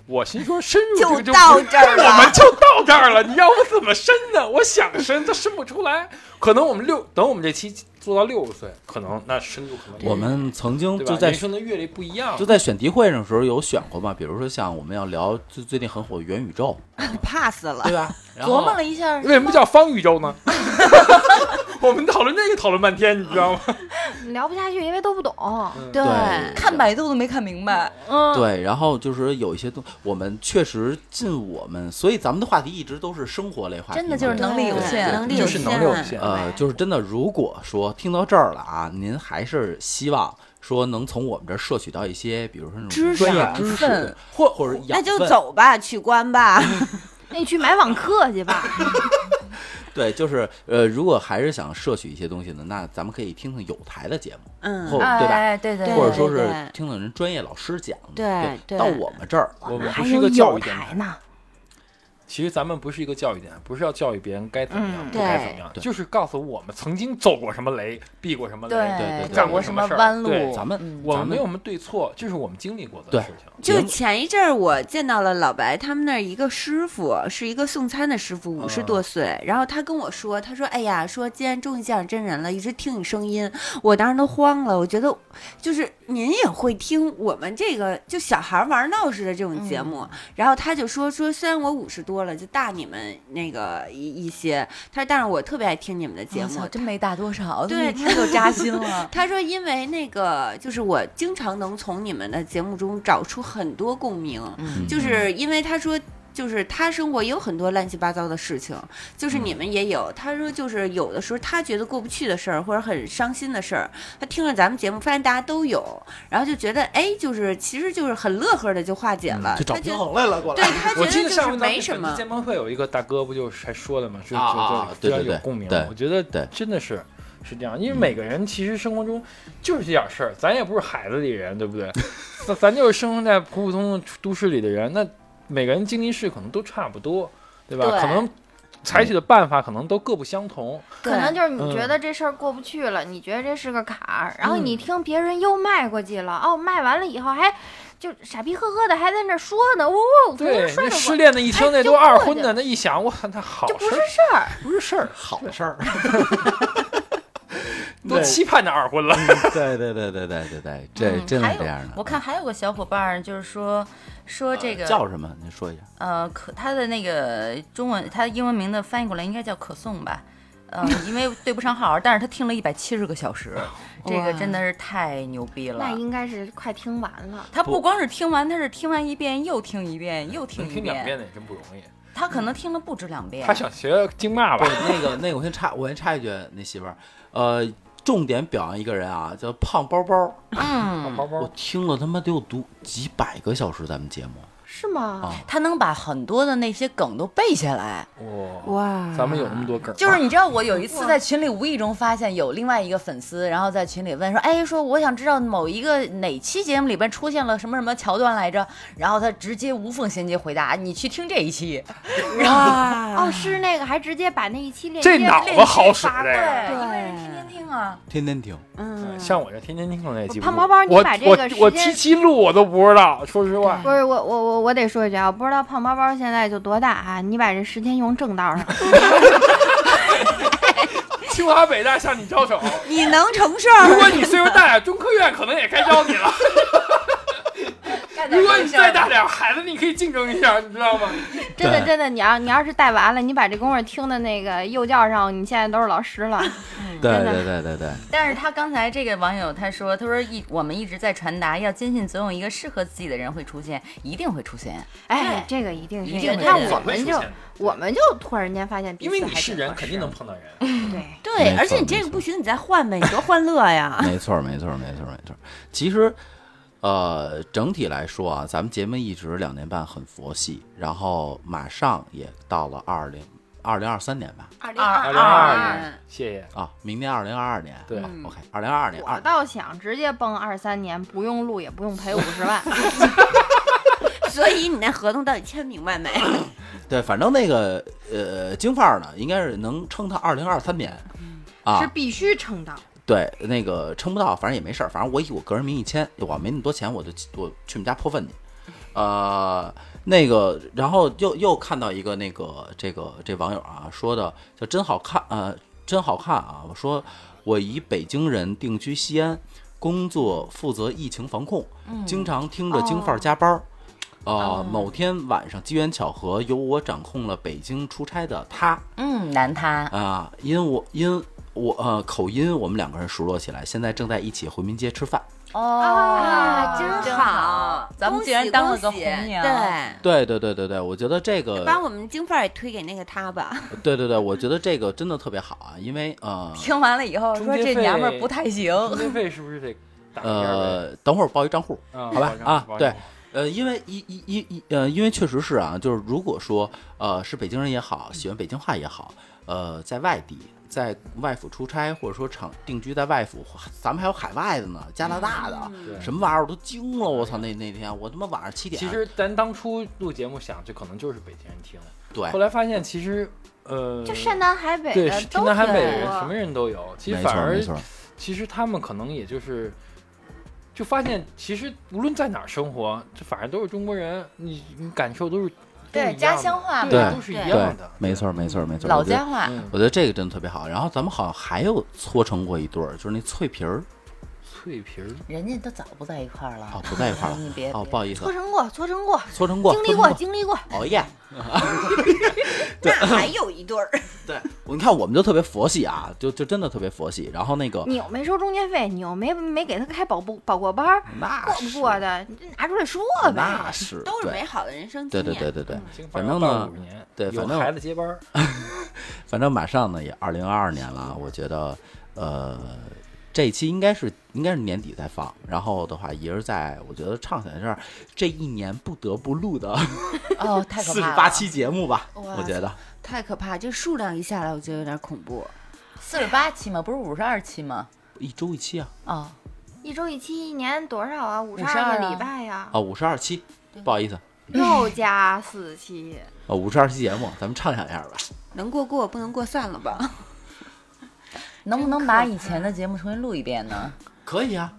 我心说深入这个就到不这儿我们了。就到这儿了，你要我怎么伸呢？我想伸，它伸不出来。可能我们六等我们这期做到六十岁，可能那深度可能我们曾经对吧？就在人生的阅历不一样就，在选题会上的时候有选过嘛，比如说像我们要聊最最近很火元宇宙， pass 了对，吧？然琢后磨了一下， 为什么叫方宇宙呢？我们讨论这个讨论半天，你知道吗？聊不下去，因 为都不懂。对对看百度都没看明白，嗯，对，然后就是有一些东，我们确实尽我们，所以咱们的话题一直都是生活类话题嘛，真的就是能力有限，能力就有是限，能力有限呃，就是真的，如果说听到这儿了啊，您还是希望说能从我们这儿摄取到一些，比如说那种知识专业养知识分，或或者那养就分。走吧，取关 吧。那你去买网课去吧。嗯对，就是呃，如果还是想摄取一些东西呢，那咱们可以听听有台的节目，嗯，或对吧？哎，对对，对或者说是对对听听人专业老师讲的。对对到我们这儿，我们还不是一有个教有育电台台。呢，其实咱们不是一个教育点，不是要教育别人该怎么样、嗯不该怎么样，对就是告诉我们曾经走过什么雷，避过什么雷。对对对走过什么弯路对，咱们嗯我咱们们没有什么对错，这是我们经历过的对事情。就节目前一阵儿，我见到了老白他们那儿一个师傅，是一个送餐的师傅，五十多岁。然后他跟我说，他说：“哎呀，说今天终于见着真人了，一直听你声音，我当时都慌了。我觉得，就是您也会听我们这个就小孩玩闹似的这种节目。然后他就说说，虽然我五十多了，就大你们那个一一些，他说，但是我特别爱听你们的节我目啊操，。真没大多少，对。一听就扎心了 他说：“因为那个，就是我经常能从你们的节目中找出很多共鸣，嗯就是因为他说，就是他生活也有很多乱七八糟的事情，就是你们也有。他说，就是有的时候他觉得过不去的事儿，或者很伤心的事儿，他听了咱们节目，发现大家都有，然后就觉得，哎，就是其实就是很乐呵的就化解嗯了。就找他觉平得，衡来了，过对来。他觉我得记得就上是回没什么。见面会有一个大哥不就是还说了吗？就就啊啊啊就对非对常有对共鸣对。我觉得对真的是是这样，因为每个人其实生活中就是这点事儿，咱也不是海子里人，对不对？那咱就是生活在普普通通都市里的人，那每个人经历事可能都差不多，对吧？对可能采取的办法可能都各不相同。可能就是你嗯嗯觉得这事儿过不去了，你觉得这是个坎儿，然后你听别人又迈过去了，哦，迈完了以后还就傻逼呵呵的还在那说呢，我哦我我昨天对，摔那着失过，恋的一听，哎那就都二过去婚的，那一想，我操，那好这不事是儿事儿，不是事儿，好的事儿，都期盼着二婚了。 对对对对对对对，这嗯真还的有这样的。我看还有个小伙伴儿，就是说说这呃个叫什么？您说一下。呃，可他的那个中文，他英文名字翻译过来应该叫可颂吧？呃，因为对不上号，但是他听了一百七十个小 时，这个真的是太牛逼了那。应该是快听完了。他不光是听完，他是听完一遍又听一遍又听一听两遍的也真不容易。他可能听了不止两遍他。想学京骂吧对？，那个那个，我先插，我先插一句，那媳妇儿，呃，重点表扬一个人啊，叫胖包包。嗯，包包我听了他妈得有读几百个小时咱们节目，是吗？啊他能把很多的那些梗都背下来。哇，哇咱们有那么多梗儿，就是你知道，我有一次在群里无意中发现有另外一个粉丝，然后在群里问说：“哎，说我想知道某一个哪期节目里边出现了什么什么桥段来着？”然后他直接无缝衔接回答：“你去听这一期。哇哦，是那个，还直接把那一期链这接脑啊链子接好使发过这个来因为人天天听啊，天天听。嗯，像我这天天听我也记不住。胖包包你我把这我个时我间七七录我都不知道，说实话。不是我我我我得说一句啊，不知道胖包包现在就多大啊？你把这时间用 正道上，清华北大向你招 手，你能承受？如果你岁数大点，中科院可能也该招你 了。如果你再大点，孩子你可以竞争一下，你知道吗？真的对真的，你要你要是带完了，你把这功夫听的那个幼教上，你现在都是老师了。嗯对真的对对对对， 但是他刚才这个网友他说，他说一我们一直在传达，要坚信总有一个适合自己的人会出现，一定会出现。哎，这个一定是一这定样。会你的看我总们会出就现的我们就突然间发现彼因此为你还是挺人，合肯适定能的碰到人。对。对没，而且错你这没个错不行，你再换呗，你多欢乐 呀！没错儿没错儿没错儿没错儿。其实，呃，整体来说啊，咱们节目一直两年半很佛系，然后马上也到了二零二零二三年吧，二二二零零二二嗯二年，谢谢。啊，明年二零二二年。嗯对， OK，二嗯零二二年我二倒想直接崩二三年，不用录也不用赔五 十万。所以你那合同到底签明白没？对，反正那个呃，京范儿呢，应该是能撑到二零二三年。啊是，必须撑到。对，那个撑不到，反正也没事儿，反正我以我个人名义签，我没那么多钱，我就我去你们家泼粪去。呃，那个，然后又又看到一个那个这个这网友啊说的叫真好看，呃，真好看啊！我说我以北京人定居西安，工作负责疫情防控，经常听着京范儿加班儿。呃，某天晚上机缘巧合，由我掌控了北京出差的他嗯，难他啊、因我因我呃口音，我们两个人熟络起来，现在正在一起回民街吃饭。哦，啊真真好，咱们恭竟然喜当恭了个喜红娘对对，对对对对，我觉得这个，把我们经费也推给那个 他吧。对对对，我觉得这个真的特别好啊，因为呃听完了以后说中这间娘们儿费不太行，嗯中介费是不是得打一下呗？呃，等会儿报一账户，啊好吧上啊保，对上，呃，因为一一一一呃，因为确实是啊，就是如果说呃是北京人也好，喜欢北京话也好，呃，在外地。在外府出差，或者说长定居在外府，咱们还有海外的呢，加拿大的，啊嗯对什么啊玩意儿我都惊了，我操！那那天我他妈晚上七点，其实咱当初录节目想，这可能就是北京人听，对后来发现其实呃，就山南海北对的天都啊南海挺北的人多什么啊人都有，其实没反错而没错，其实他们可能也就是。就发现，其实无论在哪儿生活，这反正都是中国人，你你感受都是都是一对样家的乡话嘛，对，都是一对对样的，，没错没错没错，老我觉得家话，嗯，我觉得这个真的特别好。然后咱们好像还有搓成过一对儿，就是那脆皮儿脆皮儿，人家都早不在一块儿了。哦，不在一块儿了你别哦，别不好意思搓，成过，搓成过，搓成过，经历搓成过，经历过，过，哦耶！那还有一对儿，对，我你看我们就特别佛系啊，就就真的特别佛系。然后那个 你又没收中介费，你又没没给他开保不保过班儿，那过不是过的，你就拿出来说呗。那是都是对美好的人生经对验。对对对对，反嗯要正办呢五十年，对有反正孩子接班儿，反正马上呢也二零二二年了，我觉得呃这一期应该是应该是年底再放，然后的话也是在我觉得畅想一下这一年不得不录的哦，太可四十怕八了，期节目吧，哇我觉得太可怕，这数量一下来，我觉得有点恐怖。四十八期嘛，不是五十二期吗？一周一期啊，哦，一周一期，一年多少啊？五十52二个啊礼拜呀、啊五十二期，不好意思啊又加 四期，五十二期节目，咱们畅想一下吧。能过过，不能过算了吧。 能不能把以前的节目重新录一遍呢？可以啊，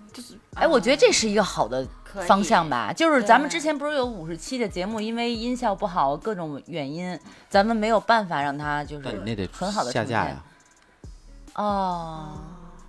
哎，我觉得这是一个好的可以方向吧，就是咱们对之前不是有五十期的节目，因为音效不好，各种原因，咱们没有办法让它就是但你那得很好的下架呀。哦，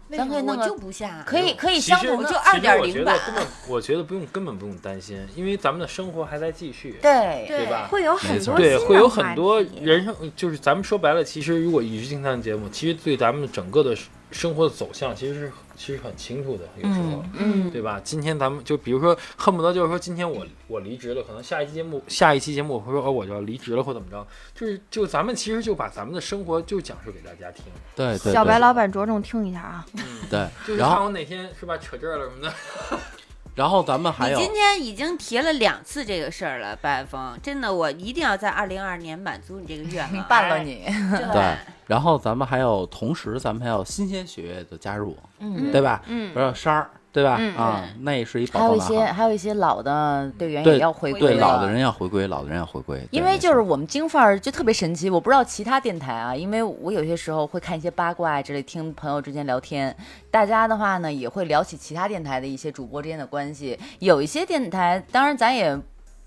为咱什可以么我弄个就不下，啊可以可哎以其相实同其的实二点我零觉得版根本我觉得不用，根本不用担心，因为咱们的生活还在继续，对对吧？会有很没多错对，新会的有话很题多人生，就是咱们说白了，其实如果与时俱进的节目，其实对咱们整个的生活的走向，其实是其实很清楚的，有时候。嗯，对吧？今天咱们就比如说，恨不得就是说，今天我我离职了，可能下一期节目下一期节目我会说哦，我就要离职了或怎么着，就是就咱们其实就把咱们的生活就讲述给大家听，对对小白老板着重听一下啊，对，就是然怕后我哪天是吧扯这儿了什么的， 然后咱们还你有今天已经提了两次这个事儿了，白峰，真的，我一定要在二零二年满足你这个愿望。办了你，哎， 对对，然后咱们还有同时咱们还有新鲜血液的加入，嗯，对吧？嗯不是山儿，对吧？嗯啊，那也是一还宝藏有一的些行还有一些老的队员也对要回归对了老的人要回归，老的人要回归，因对为就是没错我们京范儿就特别神奇，我不知道其他电台啊，因为我有些时候会看一些八卦之类，听朋友之间聊天，大家的话呢也会聊起其他电台的一些主播之间的关系，有一些电台当然咱也。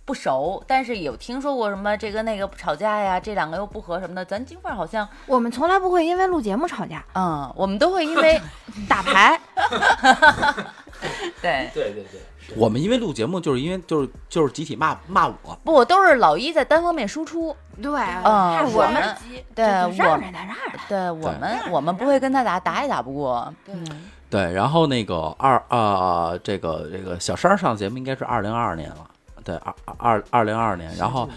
不熟，但是有听说过什么这个那个吵架呀，这两个又不和什么的。咱京范儿好像，我们从来不会因为录节目吵架，嗯，我们都会因为打 牌对对对对，我们因为录节目，就是因为就是就是集体骂骂我，不都是老一在单方面输出，对，嗯害我我们们对就啊就我让们着他，让着他，对我们我们不会跟他打，打也打不过。对。然后那个二啊、呃这个这个小山上节目应该是二零二二年了，对，二二二零二二年。然后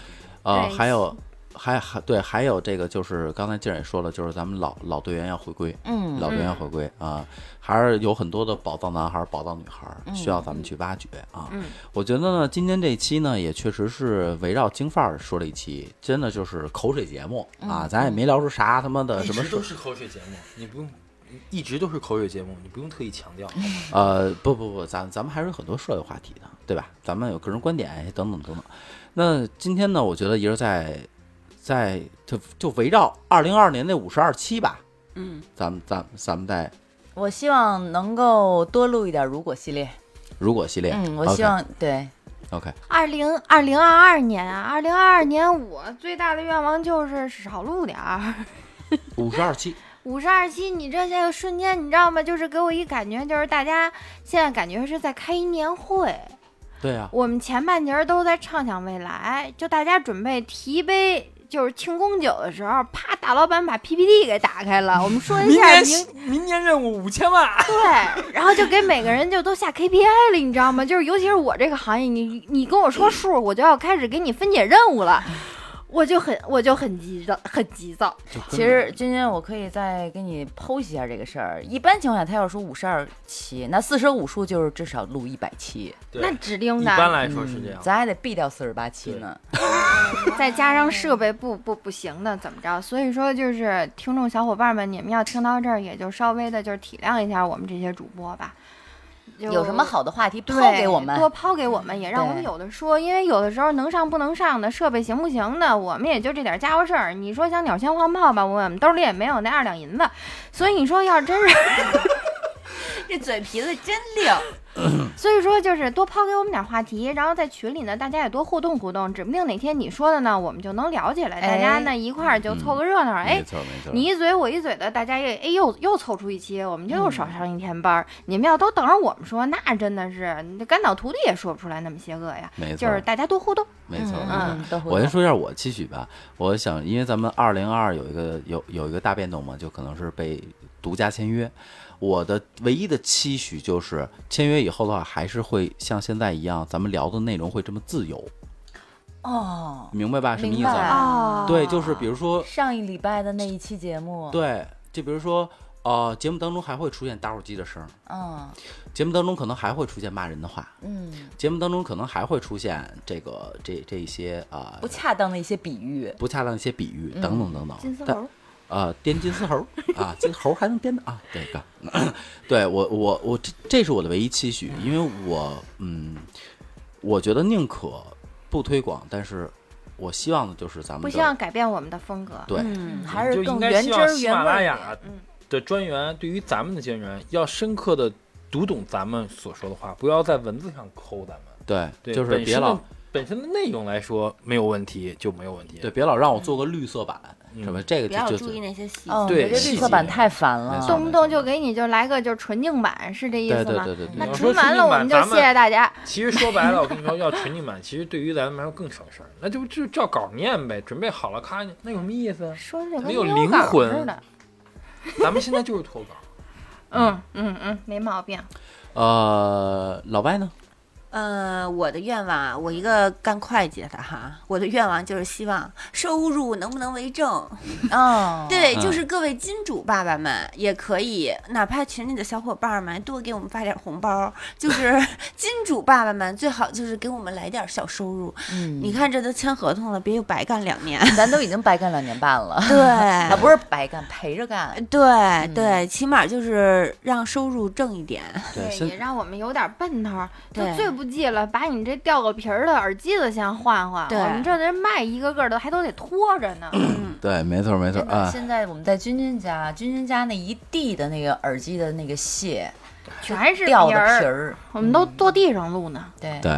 呃对还有还还对还有这个就是刚才静儿也说了，就是咱们老老队员要回归，嗯，老队员回归啊、还是有很多的宝藏男孩儿、宝藏女孩嗯儿需要咱们去挖掘啊。我觉得呢，今天这期呢，也确实是围绕京范儿说了一期，真的就是口水节目嗯啊，咱也没聊出啥他妈的一什么直事都是口水节目，你不用。一直都是口水节目，你不用特意强 调。呃，不不不，咱咱们还是有很多社会话题的，对吧？咱们有个人观点哎等等等等。那今天呢，我觉得也是在在就就围绕二零二年那五十二期吧，嗯，咱们咱们咱们在我希望能够多录一点如果系列。如果系列，嗯，我希望对 OK，, o k 二零二零二二年啊，二零二二年我最大的愿望就是少录点儿。五十二期。五十二期，你这这个瞬间，你知道吗？就是给我一感觉，就是大家现在感觉是在开一年会。对啊，我们前半截儿都在畅想未来，就大家准备提杯就是庆功酒的时候，啪，大老板把 PPT 给打开了，我们说一明下年明明年任务五千万，对，然后就给每个人就都下 KPI 了，你知道吗？就是尤其是我这个行业，你你跟我说数，我就要开始给你分解任务了，我就很我就很急躁，很急躁。就跟其实君君，我可以再给你剖析一下这个事儿。一般情况下，他要说五十二期，那四舍五入就是至少录一百期，对那指定一般的，来说是这样嗯。咱还得避掉四十八期呢。再加上设备不不不行的，怎么着？所以说就是听众小伙伴们，你们要听到这儿，也就稍微的就是体谅一下我们这些主播吧。就有什么好的话题对抛给我们？多抛给我们，也让我们对有的说。因为有的时候能上不能上的，设备行不行的，我们也就这点家伙事儿。你说想鸟枪换炮吧，我们兜里也没有那二两银子，所以你说要是真是， 这嘴皮子真灵。所以说就是多抛给我们点话题，然后在群里呢，大家也多互动互动，指不定哪天你说的呢，我们就能聊起来，大哎家呢一块儿就凑个热闹，哎嗯没。错没错，你一嘴我一嘴的，大家也哎又又凑出一期，我们就又嗯少上一天班儿。你们要都等着我们说，那真的是你这干倒徒弟也说不出来那么些个呀。没就错是大家多互动。没错没错嗯，。都会我先说一下我期许吧，我想，因为咱们二零二有一个有有一个大变动嘛，就可能是被独家签约。我的唯一的期许就是签约以后的话，还是会像现在一样，咱们聊的内容会这么自由，哦，明白吧？什么意明思啊？白哦对，就是比如说，上一礼拜的那一期节目，，对，就比如说，呃，节目当中还会出现打火机的声儿，嗯节目当中可能还会出现骂人的话，嗯，节目当中可能还会出现这个这这一些啊、不恰当的一些比喻，不恰当的一些比喻等等等等。嗯金丝但猴，啊，颠金丝猴 儿啊，这猴儿还能颠的啊，对个， 对我我我这这是我的唯一期许，因为我嗯，我觉得宁可不推广，但是我希望的就是咱不们希望的改变我们的风格。对嗯，还就是应更该原希汁望儿喜马原味拉儿一雅点。嗯的专员对于咱们的专员要深刻的读懂咱们所说的话，不要在文字上抠咱们。对，对，就是本别身老的本身的内容来说没有问题就没有问题。对别老让我做个绿色版什么这个不要就就注意那些细节。哦，我对觉得细绿色节版太烦没了错。动不动就给你就来个就是纯净版，是这意对思对吗？对对你对那要纯说完纯了，净我版们就咱谢们谢大家。其实说白了，我跟你说，要纯净版，其实对于咱们来说更省事儿，那就就照稿念呗，准备好了咔，那有什么意思啊？说的就跟没有喵灵稿儿魂似的。咱们现在就是脱稿。嗯嗯嗯，没毛病。呃，老外呢？呃，我的愿望，啊，我一个干会计的哈，我的愿望就是希望收入能不能为正。嗯，对，就嗯是各位金主爸爸们也可以，哪怕群里的小伙伴们多给我们发点红包，就是 金主爸爸们最好就是给我们来点小收入。嗯你看这都签合同了，别又白干两 年。 咱都已经白干两年半了，对，啊，不是白干，陪着干。对对，起码就是让收入正一点。对，也现让我们有点奔头儿。就对最不济了，把你这掉个皮儿的耳机子先换换。对我们这人卖一个个的还都得拖着 呢。对，没错没错真的，啊，现在我们在君君家，君君家那一地的那个耳机的那个屑，全是掉的儿，皮儿，我们都嗯坐地上录呢。对，对，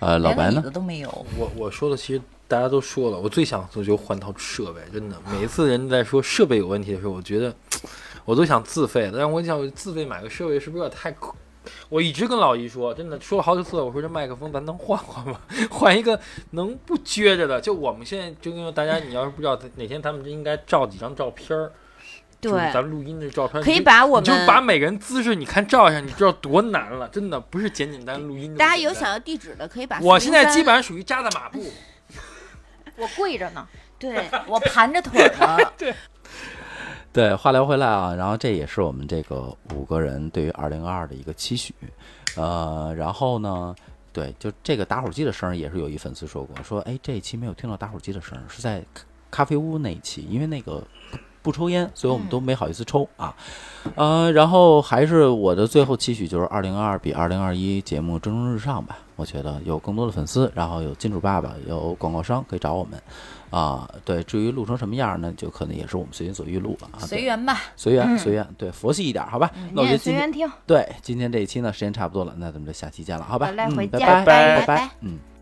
呃，老连白个椅呢？子都没有。我我说的其实大家都说了，我最想做就是换套设备，真的。每一次人在说设备有问题的时候，我觉得我都想自费，但是我想自费买个设备是不是有点太苦？我一直跟老姨说，真的说了好几次，我说这麦克风咱能换换吗？ 换一个能不撅着的。就我们现在就因为大家，你要是不知道哪天咱们就应该照几张照片儿，就是对咱，们录音的照片儿，可以你就把我你就们把每个人姿势，你看照一下，你知道多难了，真的不是简简单单录音这么简单。大家有想要地址的，可以把我现在基403本上属于扎在马步。我跪着呢。对我盘着腿儿 呢，对，话聊回来啊，然后这也是我们这个五个人对于二零二二的一个期许，呃，然后呢，对，就这个打火机的声儿也是有一粉丝说过，说哎这一期没有听到打火机的声儿，是在咖咖啡屋那一期，因为那个不不抽烟，所以我们都没好意思抽啊，呃，然后还是我的最后期许就是二零二比二零二一节目蒸蒸日上吧，我觉得有更多的粉丝，然后有金主爸爸，有广告商可以找我们。啊，对，至于录成什么样儿呢，就可能也是我们随心所欲录了啊，对随缘吧。随缘随缘，对，佛系一点，好吧？那你我觉得也嗯随今天缘听。对今天这一期呢，时间差不多了，那咱们就下期见了，好吧？好嘞回嗯，拜见拜拜拜拜，嗯，拜。